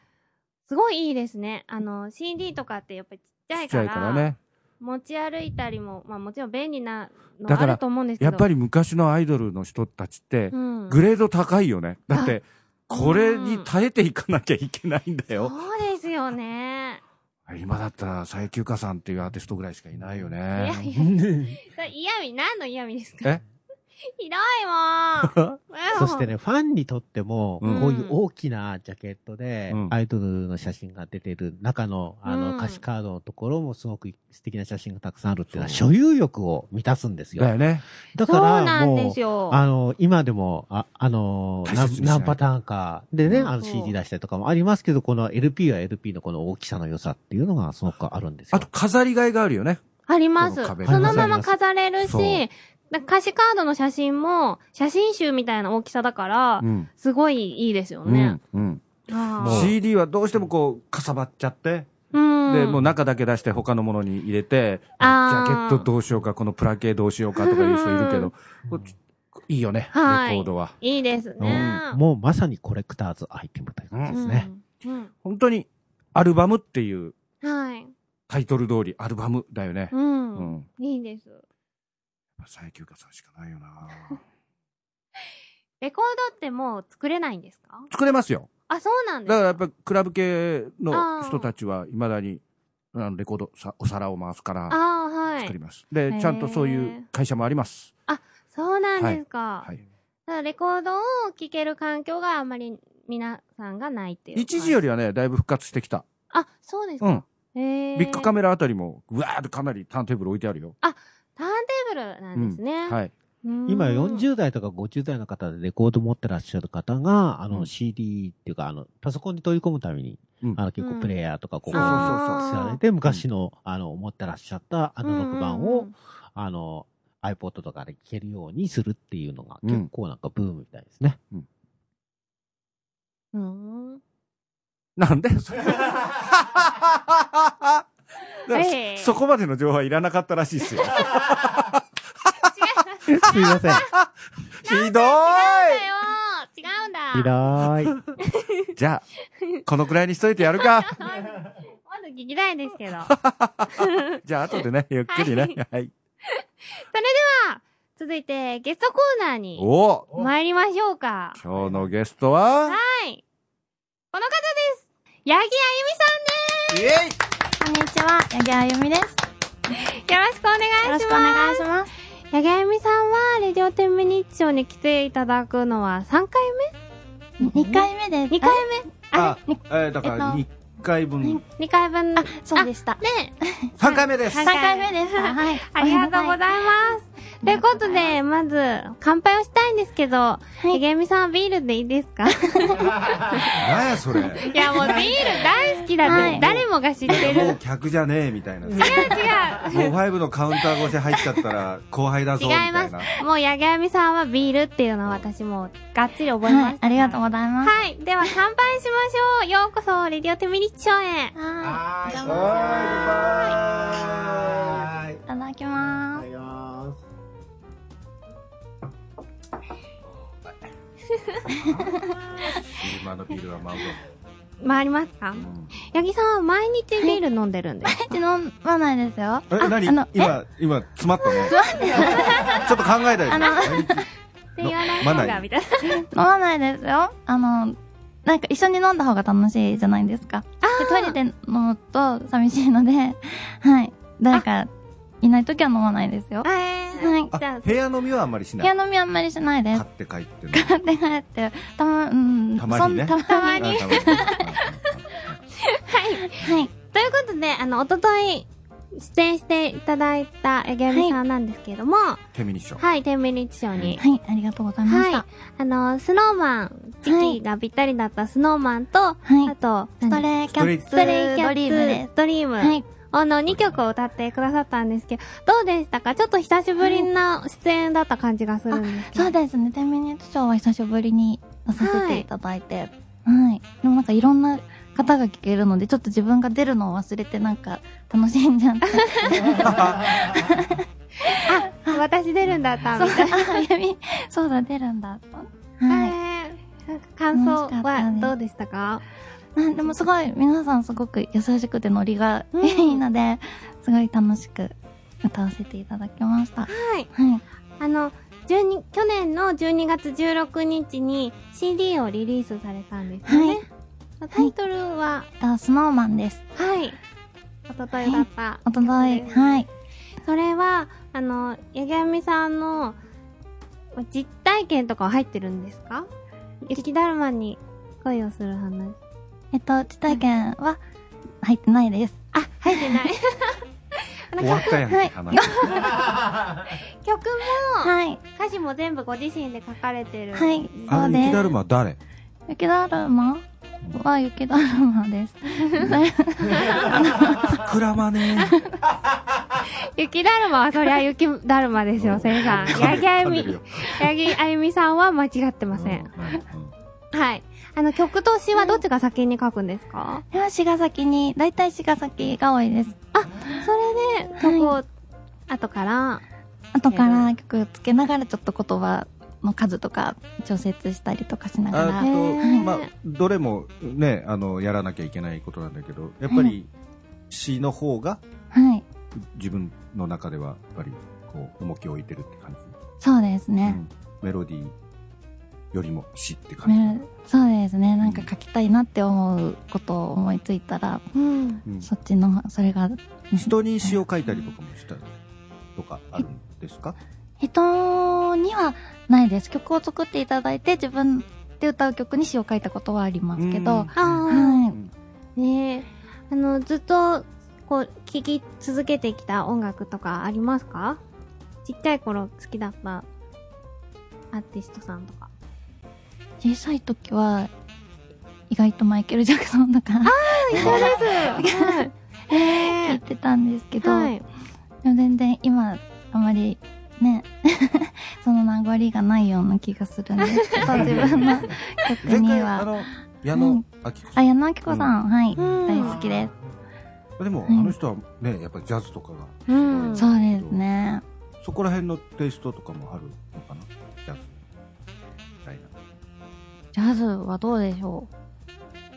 S1: すごいいいですね。あの、CD とかってやっぱりちっちゃ
S2: ちっ
S1: い
S2: ち
S1: か
S2: ゃいから
S1: ら、
S2: ね。
S1: 持ち歩いたりも、まあもちろん便利なの
S2: だ
S1: あ
S2: から
S1: ると思うんですけど。
S2: やっぱ
S1: り、
S2: り昔のアイドルの人たちって、
S1: うん、
S2: グレード高いよね。だって、これに
S1: うん
S2: 耐えていかなきゃいけないんだ
S1: そ
S2: よ。
S1: うですよね。
S2: 今だったら、佐伯ゆかさんっていうアーティストぐらいしかいないよ
S1: い
S2: ね
S1: や。いや、それ嫌味、何の嫌味ですか
S2: え
S1: ひどいも ん
S3: そしてね、ファンにとっても、
S2: うん
S3: こういう大きなジャケットで
S2: うん、
S3: アイドルの写真が出てる中の、あ
S1: うん
S3: の、歌詞カードのところもすごく素敵な写真がたくさんあるっていうのは、
S2: そ
S3: 所有欲を満たすんです
S2: だ
S3: よ。
S2: よね。
S3: だ
S1: そう
S3: から、
S1: なん
S3: も
S1: で
S3: う
S1: す、よ。
S3: あの、今でも、あ、あの、
S2: 大切にし
S3: 何
S2: ない
S3: 何パターンか、でね、
S2: うん
S3: あの
S1: そう
S3: CD 出したりとかもありますけど、この LP は LP のこの大きさの良さっていうのがすごくあるんですよ。
S2: あと、飾りがいがあるよね。
S1: あります。
S2: この
S1: そ
S2: 壁
S1: のまま飾れる
S2: そう
S1: し、だ歌詞カードの写真も、写真集みたいな大きさだから、
S2: うん。
S1: すごいいいですよ
S2: う
S1: ね
S2: ん。。うん。
S1: あー
S2: CD はどうしてもこう、かさばっちゃって、
S1: うん。
S2: で、もう中だけ出して他のものに入れて、ジ
S1: あー
S2: ャケットどうしようか、このプラケどうしようかとかいう人いるけ
S1: うん
S2: ど、これいいよね、レコ
S1: はい
S2: ードは。
S1: いいです
S3: う
S1: ね。
S3: んもうまさにコレクターズアイテムという感じですね。
S1: うん。
S2: 本当に、アルバムっていう
S1: うん。はい。
S2: タイトル通り、アルバムだよね。
S1: う。
S2: うんん。
S1: いいです。
S2: 最強化さんしかない よな
S1: レコードってもう作れないんですか
S2: 作れますよ。
S1: あ、そうなんで
S2: だ
S1: す
S2: か
S1: から
S2: やっぱりクラブ系の
S1: あー
S2: 人たちはいまだに、あのレコードさ、お皿を回すから
S1: ああ、は
S2: 作り
S1: い。
S2: ます。
S1: へ
S2: で、
S1: ー
S2: ちゃんとそういう会社もあります。
S1: そうなんですか。
S2: はい。
S1: ただレコードを聴ける環境があんまり皆さんがないっていう。
S2: 一時よりはね、だいぶ復活してきた。
S1: あ、そうです
S2: う
S1: か。
S2: ん。
S1: えー、
S2: ビッグカメラあたりも、うわーってかなりターンテーブル置いてあるよ。
S1: ターンテーブルなんですね。
S2: はい。
S3: 今
S1: 十
S3: 40代とか50代の方でレコード持ってらっしゃる方が、あ
S2: う
S3: の
S2: ん
S3: CD っていうか、あの、パソコンに取り込むために、
S2: うん
S3: あの結
S1: うん
S3: 構プレイヤーとかこう、
S2: そうそうそう
S3: されて、昔の、あの、持ってらっしゃったアナログ版を、あの、iPod とかで聴けるようにするっていうのが
S2: うん
S3: 結構なんかブームみたいですね。
S1: うん。
S2: なんで それだから
S1: ええ
S2: そそこまでの情報はいらなかったらしいで すよ。
S3: すいません。
S2: ひど
S1: だよー
S2: ー
S1: 違うんだ
S3: ひどーい。
S2: いじゃあ、このくらいにしといてや るか。
S1: まだ聞きたいですけど。
S2: じゃあ、後でね、ゆっくりね。はい。
S1: 続いて、ゲストコーナーに
S2: おお
S1: 参りましょうか。
S2: 今日のゲストは、
S1: はい。この方です。八木あゆみ
S2: イェイ
S4: こんにちは、八木あゆみです。
S1: さんよろしくお願
S4: よ
S1: い
S4: ろし
S1: し
S4: くお
S1: ます。
S4: 願いします。
S1: 八木あゆみさんは、レディオ天ミニッチョに来ていただくのは3回
S4: 2回目です。
S1: 目 ?2 回
S2: あ、えー、だか
S4: えっ
S2: ら
S4: と
S2: 2回分、
S1: 目 ?2 回分。
S4: あ、そうでした。
S1: ね、
S2: 3回目です
S1: は
S4: 3
S1: い
S4: 回目でした。はい。
S1: ありがとうござい
S4: す。
S1: ます。ということで、まず、乾杯をしたいんですけど、八木あゆみさんはビールでいいですか い
S2: 何や それ。
S1: や、もうビール大好きだって、
S4: はい
S1: 誰もが知って
S2: も
S1: る
S2: う。客じゃねえ みたいな。も
S1: 違
S2: う
S1: う違う。
S2: 5のカウンター越し入っちゃったら後輩だぞみた
S1: 違い
S2: い
S1: ます
S2: な。
S1: もう、八木あゆみさんはビールっていうのは私もがっつり覚えま
S4: は
S1: し
S4: い
S1: た。。
S4: ありがとう
S1: う。
S4: ございます。
S1: はい。では、乾杯しましょう。ようこそ、レディオテミリッチョへ。
S4: はーい。
S6: はい。
S4: いただきます。
S2: 今のビールはマウ
S1: 回りますか八木さんは毎日ビール飲んでるんです。
S4: 毎日飲まないですよ。
S2: え、何
S4: あの
S2: 今、今、詰まったね。ちょっと考えたよ。
S4: あの
S1: って言わない
S2: 飲ま
S1: 方
S2: な
S1: が、
S2: い
S1: みたいな。
S4: 飲まないですよ。あの、なんか一緒に飲んだ方が楽しいじゃないですか。でトイレで飲むと寂しいので、はい。誰かいないときは飲まないですよ。
S1: は
S4: はい
S1: い。じゃ
S2: あ部屋飲みはあんまりし
S4: 部
S2: ない。
S4: 屋飲みあんまりしないです
S2: 買っ。て帰ってね
S4: 買って帰って、たま、うん、
S2: たまにね
S4: そんたま
S1: たまに
S4: に。
S2: あたまに
S4: はい。
S1: ということで、あの、おととい、出演していただいた八木あゆみさんなんですけれども、は
S2: 手ミニッション
S1: い、。天秤日賞に。
S4: はい、ありがとうございま
S1: は
S4: し
S1: い
S4: た。。
S1: あの、スノーマン、時期がぴったりだったスノーマンと、
S4: はい
S1: あと、
S4: ストレイキャッツ、
S2: ス
S4: ストレイキャッツ、ドリームです。
S1: ドリーム。
S4: はい。
S1: あの、2曲を歌ってくださったんですけど、どうでしたかちょっと久しぶりな出演だった感じがするんですけど。
S4: そうですね、天秤ショーは久しぶりに出させていただいて、はい。でもなんかいろんな方が聞けるので、ちょっと自分が出るのを忘れてなんか楽しんじゃって。
S1: あ、私出るんだった、
S4: そう
S1: みたい
S4: あやみ そうだ、出るんだ。
S1: な。
S4: はい。
S1: えーなんか感想はどうでしたか
S4: なんでもすごい、皆さんすごく優しくてノリが
S1: うん
S4: いいので、すごい楽しく歌わせていただきました。
S1: はい。
S4: はい。
S1: あの、12去年の12月16日に CD をリリースされたんですよね。タイトルは、
S4: えっと、スノーマンです。
S1: はい。おとといだった。
S4: おととい、はい。
S1: それは、あの、八木あみさんの実体験とかは入ってるんですか雪だるまに恋をする話。
S4: えっと、実体験は入ってないです。
S1: あ、入ってない。
S2: 終わったやんけ、話。
S1: 曲も
S4: はい。
S1: 歌詞も全部ご自身で書かれてる。
S4: はい。そ
S2: あ
S4: う
S2: の
S4: で
S2: 雪
S4: す
S2: だ。るま誰
S4: 雪だるまは雪だるまです。
S2: 膨らまね
S1: 雪だるまはそりゃ雪だるまですよ、先生 さん。八木あゆみ、八木あゆみさんは間違ってません。はい。あの、曲と詩はどっちが先に書くんですか、
S4: では、茅ヶ崎に、だいたい茅ヶ崎が多いです。
S1: それで、曲を、後から、
S4: 後から曲つけながら、ちょっと言葉の数とか調節したりとかしなが
S2: あ
S4: ら。
S2: と、
S1: へー
S2: まあ、どれもね、あの、やらなきゃいけないことなんだけど、やっぱり、詩の方が、
S4: はい。
S2: 自分の中では、やっぱり、こう、重きを置いてるって感じ。
S4: そうです
S2: う
S4: ね。
S2: んメロディーよりも詩って感じ。
S4: ねそうですね。なんか書きたいなって思うことを思いついたら、
S1: うん。
S2: うん
S4: そっちの、それが、
S2: 人に詩を書いたりとかもしたとかあるんですか
S4: 人にはないです。曲を作っていただいて、自分で歌う曲に詩を書いたことはありますけど、
S2: うん
S1: あ
S4: はい。
S1: あ、ねえ。あの、ずっと、こう、聴き続けてきた音楽とかありますかちっちゃい頃好きだったアーティストさんとか。
S4: 小さい時は、意外とマイケル・ジャクソンとか、
S1: 一緒です。はい。
S4: 聞い
S1: え
S4: てたんですけ
S1: ー、
S4: ど、
S1: はい。
S4: でも全然今、あまり、ね、 その名残がないような気がするんですけ ど、自分の曲
S2: 前
S4: に
S2: 回、あ
S4: は。
S2: の、矢
S4: う
S2: 野
S4: ん
S2: 明子さ
S4: あ、
S2: ん。
S4: 矢野明子さん、はい、
S1: うん
S4: 大好きです。
S2: でも、あ
S4: うん
S2: の人はね、やっぱりジャズとかが。
S1: うん。
S4: そうですね。
S2: そこら辺のテイストとかもあるのかなジャズ。みたい
S1: ジ
S2: な。
S1: ャズはどうでしょ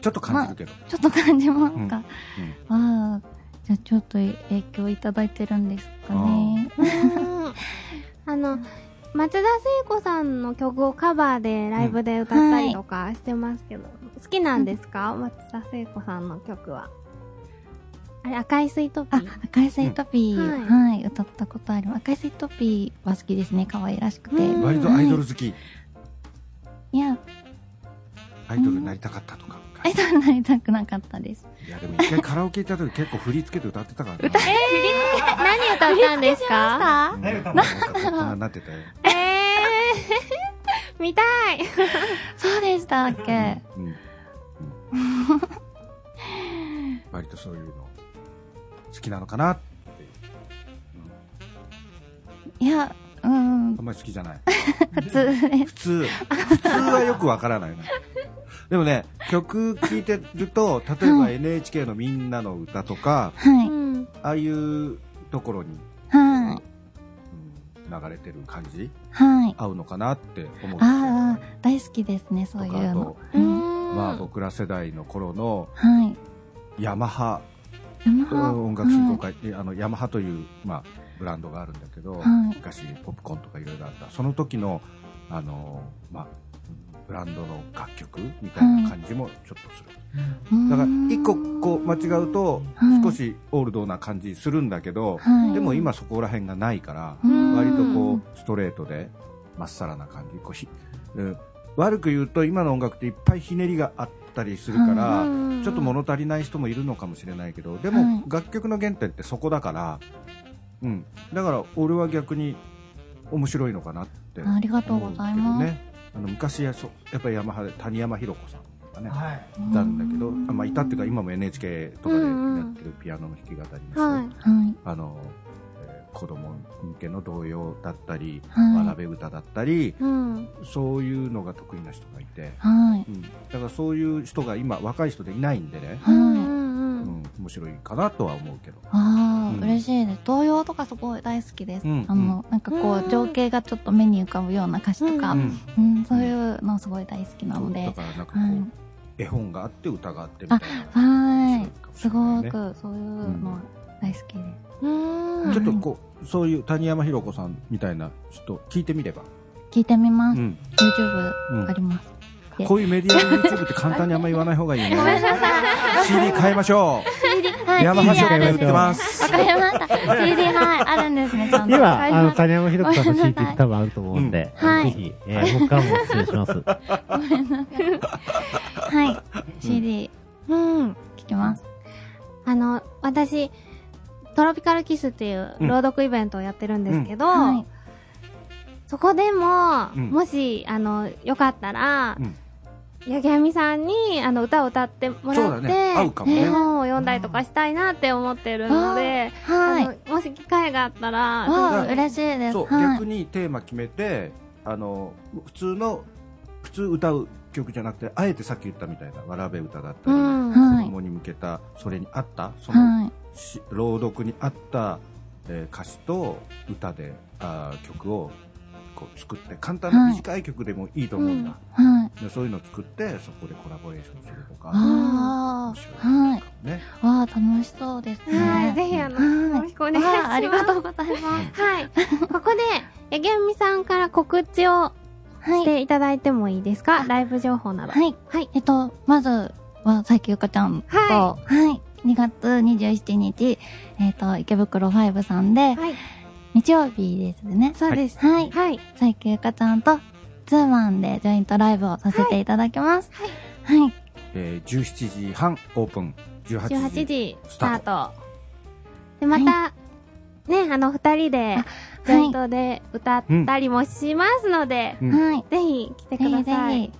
S2: ちょっと感じるけど。
S4: ちょっと感じますか。
S2: う
S4: ああ、じゃあちょっと影響いただいてるんですかね。
S1: う あの、松田聖子さんの曲をカバーでライブで歌ったりとかしてますけど、好きなんですか、松田聖子さんの曲は。あれ、赤いスイートピ
S4: あ
S1: ー。、
S4: 赤いスイートピー、
S1: うん
S4: はい、歌ったことある。赤いスイートピーは好きですね。可愛らしくて。
S1: うん
S2: ん。割とアイドル好き。
S4: いや、
S2: アイドルになりたかったとか。
S4: アイドルになりたくなかったです。
S2: いや、でも一回カラオケ行った時結構振り付けて歌ってたからな。
S1: 何歌ったんですか
S4: あ
S2: 何歌ったのなってたよ。
S1: えー、見たい
S4: そうでしたっけ。
S2: うん。うん割とそういうの好きなのかなっていう。うん
S4: いや、う
S2: あ、
S4: ん
S2: んまり好きじゃない。
S4: 普通です。
S2: 普通。普通はよくわからないな。でもね、曲聴いてると、例えば
S4: は
S2: NHK のみんなの歌とか、
S4: はい。
S1: ん。
S2: ああいうところに、
S4: はい。
S2: うん流れてる感じ、
S4: はい。
S2: 合うのかなって思う。
S4: ああ、大好きですね、そう
S2: と
S4: い
S2: か、あ
S4: うの
S2: と。、
S4: うん
S2: まあ僕ら世代の頃の
S4: はい。
S2: ヤマハ
S4: ヤマハ。
S2: 音楽振興会、えあのヤマハという、まあ、ブランドがあるんだけど、
S4: はい
S2: 昔ポップコーンとかいろいろあったその時の、あのまあ、ブランドの楽曲みたいな感じもちょっとする、
S4: うん
S2: だから一個こう間違うと
S4: はい
S2: 少しオールドな感じするんだけど、
S4: はい
S2: でも今そこら辺がないから
S4: うん
S2: 割とこうストレートでまっさらな感じこうひ、うん悪く言うと今の音楽っていっぱいひねりがあったりするから、ちょっと物足りない人もいるのかもしれないけどで
S4: はい
S2: も楽曲の原点ってそこだから、うん、だから俺は逆に面白いのかなって
S4: ありがとうございま
S2: 思うけ
S4: す
S2: どね、あの昔やそやっぱりヤマハで谷山ひろ子さんとかね、
S4: うん
S2: いたんだけど、あまあ、いたっていうか今も NHK とかでやってるピアノの弾き語りもそう、
S1: はい。
S4: はい。
S2: あのえー子供向けの童謡だったり、
S4: はい
S2: わらべ歌だったり
S1: うん。。
S2: そういうのが得意な人がいて、
S4: は
S2: う
S4: い。
S2: ん、だからそういう人が今若い人でいないんでね、
S4: はい。
S2: うんん、面白いかなとは思うけど。
S4: あ
S2: うん
S4: あ、嬉しいです。童謡とかすごい大好きです。
S2: うん
S4: あの、なんかこ
S1: うん
S4: う、情景がちょっと目に浮かぶような歌詞と
S1: あ
S4: か、
S2: うん
S4: うん、そういうのすごい大好きなの
S2: だ
S4: で、
S2: からなんかこう、
S4: は
S2: 絵本があって歌があってみたいな、
S4: は
S2: 面
S4: い。す
S2: 白
S4: ご
S2: いかもしれないね
S4: く、そういうのは大好きです。
S1: うん。
S2: ちょっとこうそういう谷山ひろ子さんみたいな人聞いてみれば、
S4: 聞いてみます。
S2: ん
S4: YouTube
S2: うん
S4: あります。
S2: こういうメディアの YouTube って簡単にあんま言わない方がいいね。CD 買いましょう。ヤマハショップで売ってます。
S4: わかりま した。CD、はい、あるんですね、ちゃんと。
S3: 今、
S4: わかり
S3: あの、
S4: ました
S3: 谷山ひろ子さんの CD 多分あると思うんで、
S4: うん
S3: あの
S4: はい
S3: ぜひ、えー僕からも失礼し ます。
S4: はい。CD、
S1: うん。
S4: 聞きます。
S1: あの、私、トロピカルキスっていう
S2: うん
S1: 朗読イベントをやってるんですけど、
S4: はい。
S1: そこでも、
S2: うん
S1: もし、あの、よかったら
S2: うん、
S1: 八木亜美さんに、あの、歌を歌ってもら
S2: そうだ
S1: って、
S2: ね合うかもね
S1: 絵本を読んだりとかしたいなって思ってるので、
S4: はい。
S1: あのもし機会があったら、
S4: わあ、
S2: だから
S4: 嬉しいです。
S2: そう、
S4: はい
S2: 逆。にテーマ決めて、あの、普通の、普通歌う曲じゃなくて、あえてさっき言ったみたいな、わらべ歌だった
S1: う
S2: り、
S1: ん。
S2: 子
S4: はい。
S2: 供に向けた、それに合った、その
S4: はい。
S2: し朗読に合った、えー歌詞と歌であー曲をこう作って簡単な
S4: はい
S2: 短い曲でもいいと思うんだ、
S4: はい。
S2: でそういうのを作ってそこでコラボレーションするとか
S4: あ
S2: 面白い
S4: あ、はい。
S2: かもね
S4: わあ、楽しそうですね。
S1: はい、ぜひあの、
S4: はい
S1: よろしくお願いします。
S4: わあありがとう
S1: ございます。はい。ここで、やげみさんから告知を
S4: は
S1: し
S4: い。
S1: ていただいてもいいですか、ライブ情報など。
S4: はい。
S1: はい
S4: えっと、まずは、さきゆかちゃんと、
S1: は
S4: はい。2月27日、えっと、池袋5さんで、
S1: はい。
S4: 日曜日ですね。
S1: そうです。
S4: はい。
S1: はい。
S4: さきゆかちゃんと、ツーマンでジョイントライブをさせていただきます。はい。
S2: えー17時半オープン18時
S1: 18時ス
S2: ス
S1: ター
S2: ター
S1: ト。で、また、ね、あの、二人で、ジョイントで歌ったりもしますので、
S2: うん
S4: はい。
S1: ぜひ来て
S4: ぜ
S1: くだ
S4: ひぜひ。
S1: さ。
S4: はいい。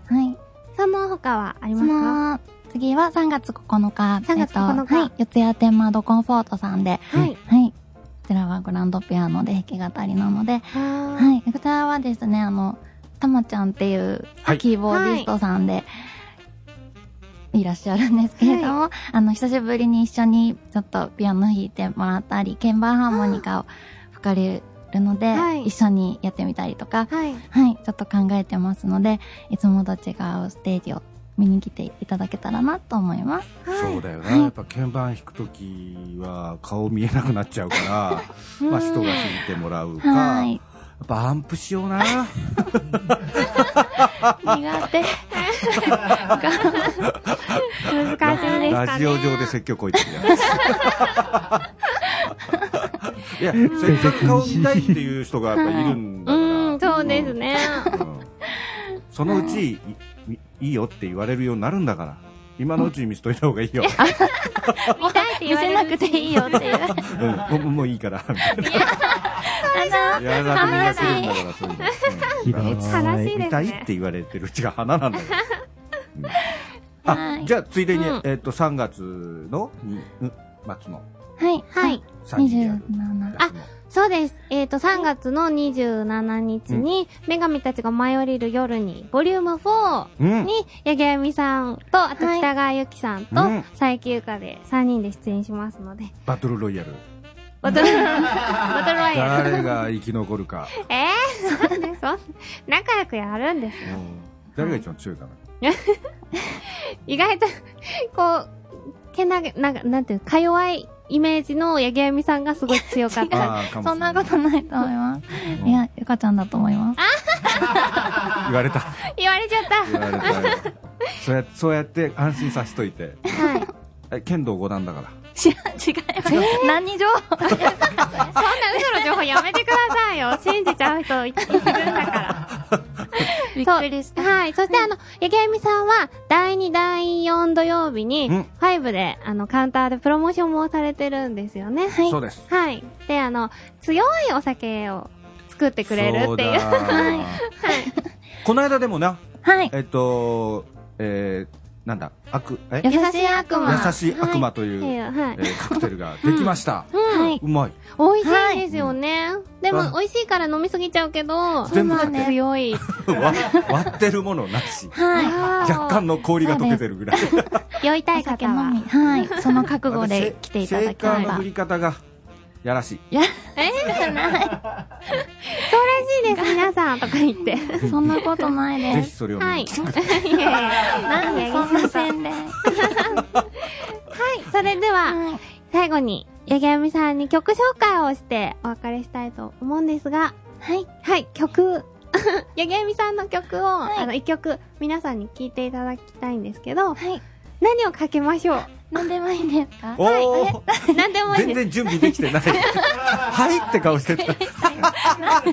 S1: その他はあり
S4: そ
S1: ますか
S4: の、次は3月9日。
S1: 3月9日
S4: えっとはい。四谷天窓コンフォートさんで。
S1: はい。
S4: はい。こちらはグランドピアノで弾き語りなので。
S1: は
S4: はい。こちらはですね、あの、たまちゃんっていう
S2: はい
S4: キーボーディストさんで、いらっしゃるんですけれども、あの、久しぶりに一緒にちょっとピアノ弾いてもらったり、鍵盤ハーモニカを吹かれるので、
S1: はい
S4: 一緒にやってみたりとか、
S1: はい。
S4: はい、ちょっと考えてますので、いつもと違うステージを見に来ていただけたらなと思います。
S2: そうだよな、やっぱ鍵盤弾くときは顔見えなくなっちゃう から、まあ人が弾いてもらうか、
S4: は
S2: やっ
S4: い。
S2: ぱアンプしような。
S4: 苦手。
S1: 難しいですかね。
S2: ラジオ上で説教こいてる やつ。いや、せっかく顔見たいっていう人がやっぱいるんだ
S1: う
S2: から。
S1: ん、そうですね。
S2: うん。そのうち、いいいよって言われるようになるんだから。今のうちに見せといた方がいいよ。
S1: 見たいって言
S4: 見
S1: われ
S4: せ
S1: る
S4: なくていいよっていう。
S2: うん、もうもういいから。みたいな。やだ、みんな来るんだから、そういうの。うんだから
S1: 悲しいで
S2: 見
S1: す
S2: たいって
S1: ね。
S2: 言われてるうちが花なんだよ。うん
S4: は
S2: あ、
S4: い
S2: じゃあ、ついでに
S1: うん、
S2: えっと、3月の、にうん末の
S4: はい。
S1: はい。
S2: 3時でやる。
S4: 27。
S2: あ、
S1: そうです。えっ、と、3月の27日に、女神たちが舞い降りる夜に、ボリューム4
S2: うん。
S1: に、八木あゆみさんと、あと北川由紀さんと
S2: うん、
S1: 佐伯優香で3人で出演しますので、
S2: バトルロイヤル。
S1: バトル、バトルワイ ヤル。
S2: 誰が生き残る か。
S1: えー、 そうです、そう仲良くやるんです。
S2: うん誰が一番強いかな。
S1: 意外と、こう、けなげ、なんか、なんていう、か弱いイメージの八木あゆみさんがすごい強かった。
S2: あーかもし
S4: そ
S2: れ
S4: ん
S2: な
S4: ないことないと思います。
S2: うん
S4: いや、ゆかちゃんだと思います。
S2: 言われた。
S1: 言われちゃった。
S2: 言われたよ。そうやそうやって安心させといて。
S1: はい。
S2: え剣道五段だから。
S4: 違う、違う。何情報
S1: そんな嘘の情報やめてくださいよ。信じちゃう人いいるんだから。
S4: びっ
S1: そう
S4: くりした。
S1: はい。そしてあの、八木あゆみさんは、第2、第4土曜日に
S2: うん、
S1: 5で、あの、カウンターでプロモーションもされてるんですよね。はい
S2: そうです。
S1: はい。で、あの、強いお酒を作ってくれるっていう。
S2: う。この間でもな、
S4: はい。
S2: えっと、えー、なんだ、悪、え
S4: 優しい悪魔。
S2: 優しい悪魔という、
S1: はいは
S2: え
S1: い
S2: ーカクテルができました。
S1: うん。
S4: はい。
S2: うまい。
S1: 美味しいですよね。で
S2: は
S1: も
S2: い、
S1: 美味しいから飲みすぎちゃうけど、
S2: 全部
S4: そうなんです
S1: 強い。
S2: わ割ってるものなし。
S4: はい。
S2: 若
S1: 若
S2: 干の氷が溶けてるぐらい。
S1: 酔いたい
S4: お酒
S1: 方
S4: 飲
S1: は。
S4: み。はい。その覚悟
S2: あ
S4: で
S2: と
S4: 来ていただけ
S2: シェーカ
S4: れ
S2: ーの
S4: ば
S2: 振。り方が、やらしい。
S1: えそうらしいです、皆さんとか言って。
S4: そんなことない
S2: ぜ
S4: で
S2: ひ
S4: す。
S2: それを見
S1: はい。
S2: に
S1: い
S2: 来て
S1: やいや
S4: なんでそんな宣伝。
S1: はい。それでは、
S4: はい
S1: 最後に、八木あゆみさんに曲紹介をしてお別れしたいと思うんですが、はい。はい、曲。 八木あゆみさんの曲を、
S4: い
S1: あの、一曲、皆さんに聴いていただきたいんですけど、
S4: はい。
S1: 何をかけましょう
S4: 何でもいいですか
S2: おー
S1: 何でもいい
S2: 全
S1: です。
S2: 然準備でき てない。はいって顔してた。
S1: ごめんなさい。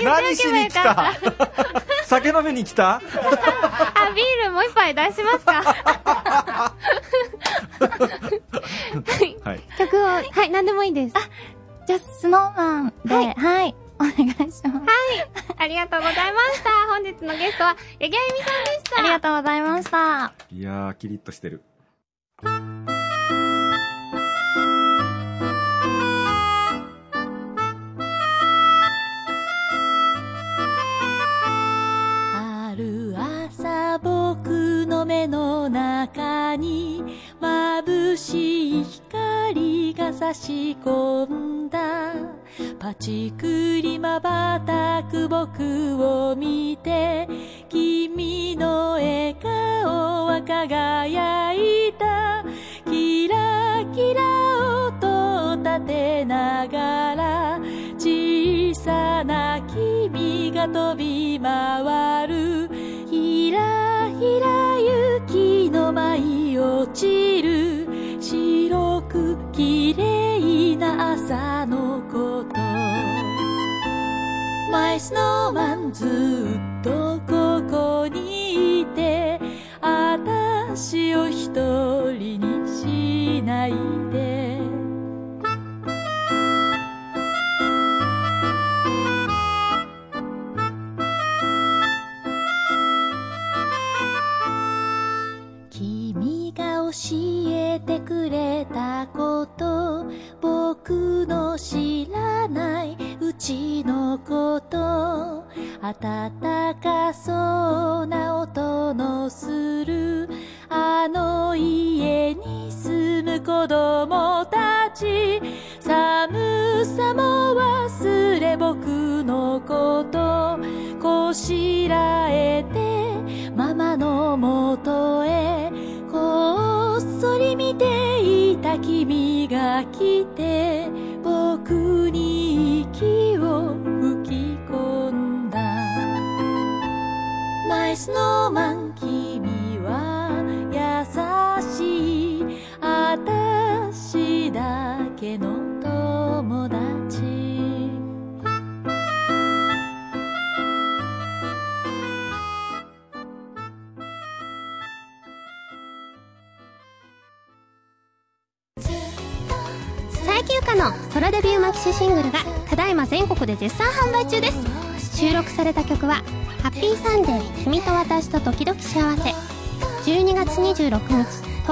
S1: 言
S2: 何
S1: っ
S2: して
S1: おけば
S2: に
S1: よ
S2: 来
S1: かった。
S2: た酒飲みに来た
S1: あ、ビールもう一杯出しますか
S2: はい。
S1: 曲を、はい、何でもいいです。
S4: じゃあ、スノーマンで、はい。お願いします。
S1: ありがとうございました。本日のゲストは、八木あゆみさんでした。
S4: ありがとうございました。
S2: いやー、キリッとしてる。
S5: ある朝僕の目の中に眩しい光が差し込んだパチクリまばたく僕を見て君の笑顔は輝いたキラキラ音を立てながら小さな君が飛び回るひらひら雪の舞い落ちる白く綺麗な朝のことマイスノーマンずっとここにいてあたしを一人にしないでえてくれたこと僕の知らないうちのこと暖かそうな音のするあの家に住む子供たち寒さも忘れ僕のことこしらえてママのもとへこっそり見ていた君が来て僕に息を吹き込んだマイスノーマン君は優しい私だけの友達
S1: 最休暇のソラデビューマキシシングルがただいま全国で絶賛販売中です収録された曲は「ハッピーサンデー君と私と時々幸せ」12月26日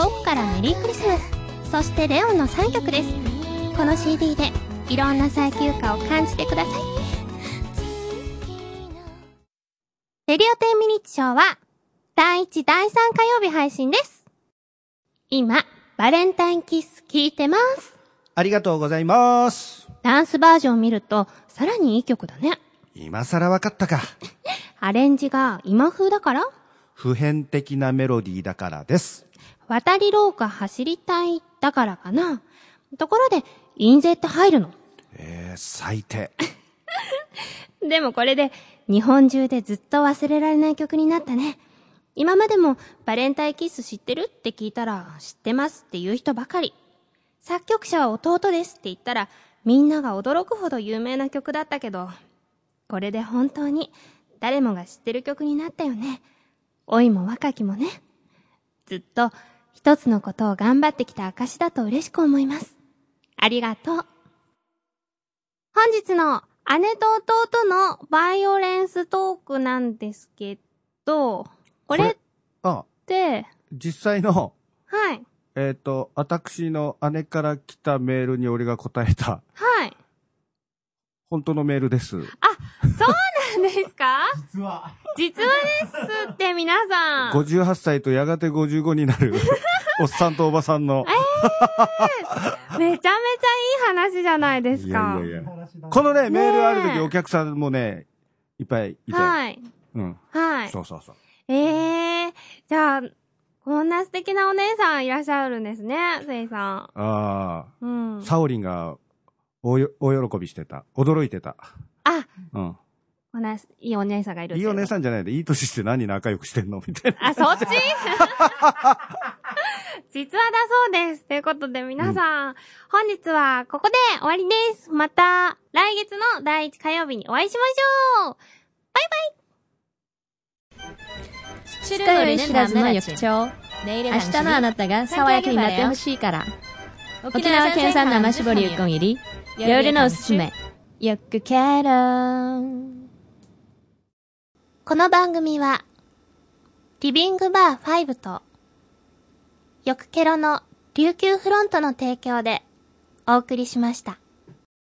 S1: 遠くからメリークリスマスそして「レオン」の3曲ですこの CD でいろんな最休暇を感じてください「レディオ10ミニッチショー」は第1第3火曜日配信です今バレンタインキッス聞いてます
S7: ありがとうございます。
S1: ダンスバージョン見ると、さらにいい曲だね。
S7: 今更わかったか。
S1: アレンジが今風だから
S7: 普遍的なメロディーだからです。
S1: 渡り廊下走りたいだからかな。ところで、印税って入るの
S7: えー、最低。
S1: でもこれで、日本中でずっと忘れられない曲になったね。今までも、バレンタインキッス知ってるって聞いたら、知ってますって言う人ばかり。作曲者は弟ですって言ったら、みんなが驚くほど有名な曲だったけど、これで本当に、誰もが知ってる曲になったよね。老いも若きもね。ずっと、一つのことを頑張ってきた証だと嬉しく思います。ありがとう。本日の姉と弟のバイオレンストークなんですけど、これっ
S7: あ、
S1: て、
S2: 実際の、
S1: はい、
S2: えっ、と、私の姉から来たメールに俺が答えた、
S1: はい。
S2: 本当のメールです。
S1: なんですか
S3: 実は、
S1: 実話ですって皆さん。
S2: 58歳とやがて55 になる、おっさんとおばさんの。
S1: めちゃめちゃいい話じゃないです
S2: いや
S1: か。
S2: いやいや。このね、
S1: え
S2: メールある時お客さんもね、いっぱいいて。
S1: はい、
S2: うん。
S1: はい。
S2: そうそうそう。
S1: ええー、じゃあ、こんな素敵なお姉さんいらっしゃるんですね、せいさ
S2: あ
S1: ん。うん
S2: あ、。サオリンが、およ、大喜びしてた。驚いてた。
S1: あ、
S2: うん。
S1: こんないいお姉さんがいる
S2: いいお姉
S1: ん。
S2: さんじゃないで、いい年して何仲良くしてんのみたいな。
S1: あ、そっち 実話だそうです。ということで皆さん、本日はここで終わりです。また来月の第1火曜日にお会いしましょう
S8: 知ったより知らずの翌朝明日のあなたが爽やかになってほしいから沖縄県産生絞りうこん入り夜のおすすめよくケロン
S1: この番組は、リビングバー5と、よくケロの琉球フロントの提供でお送りしました。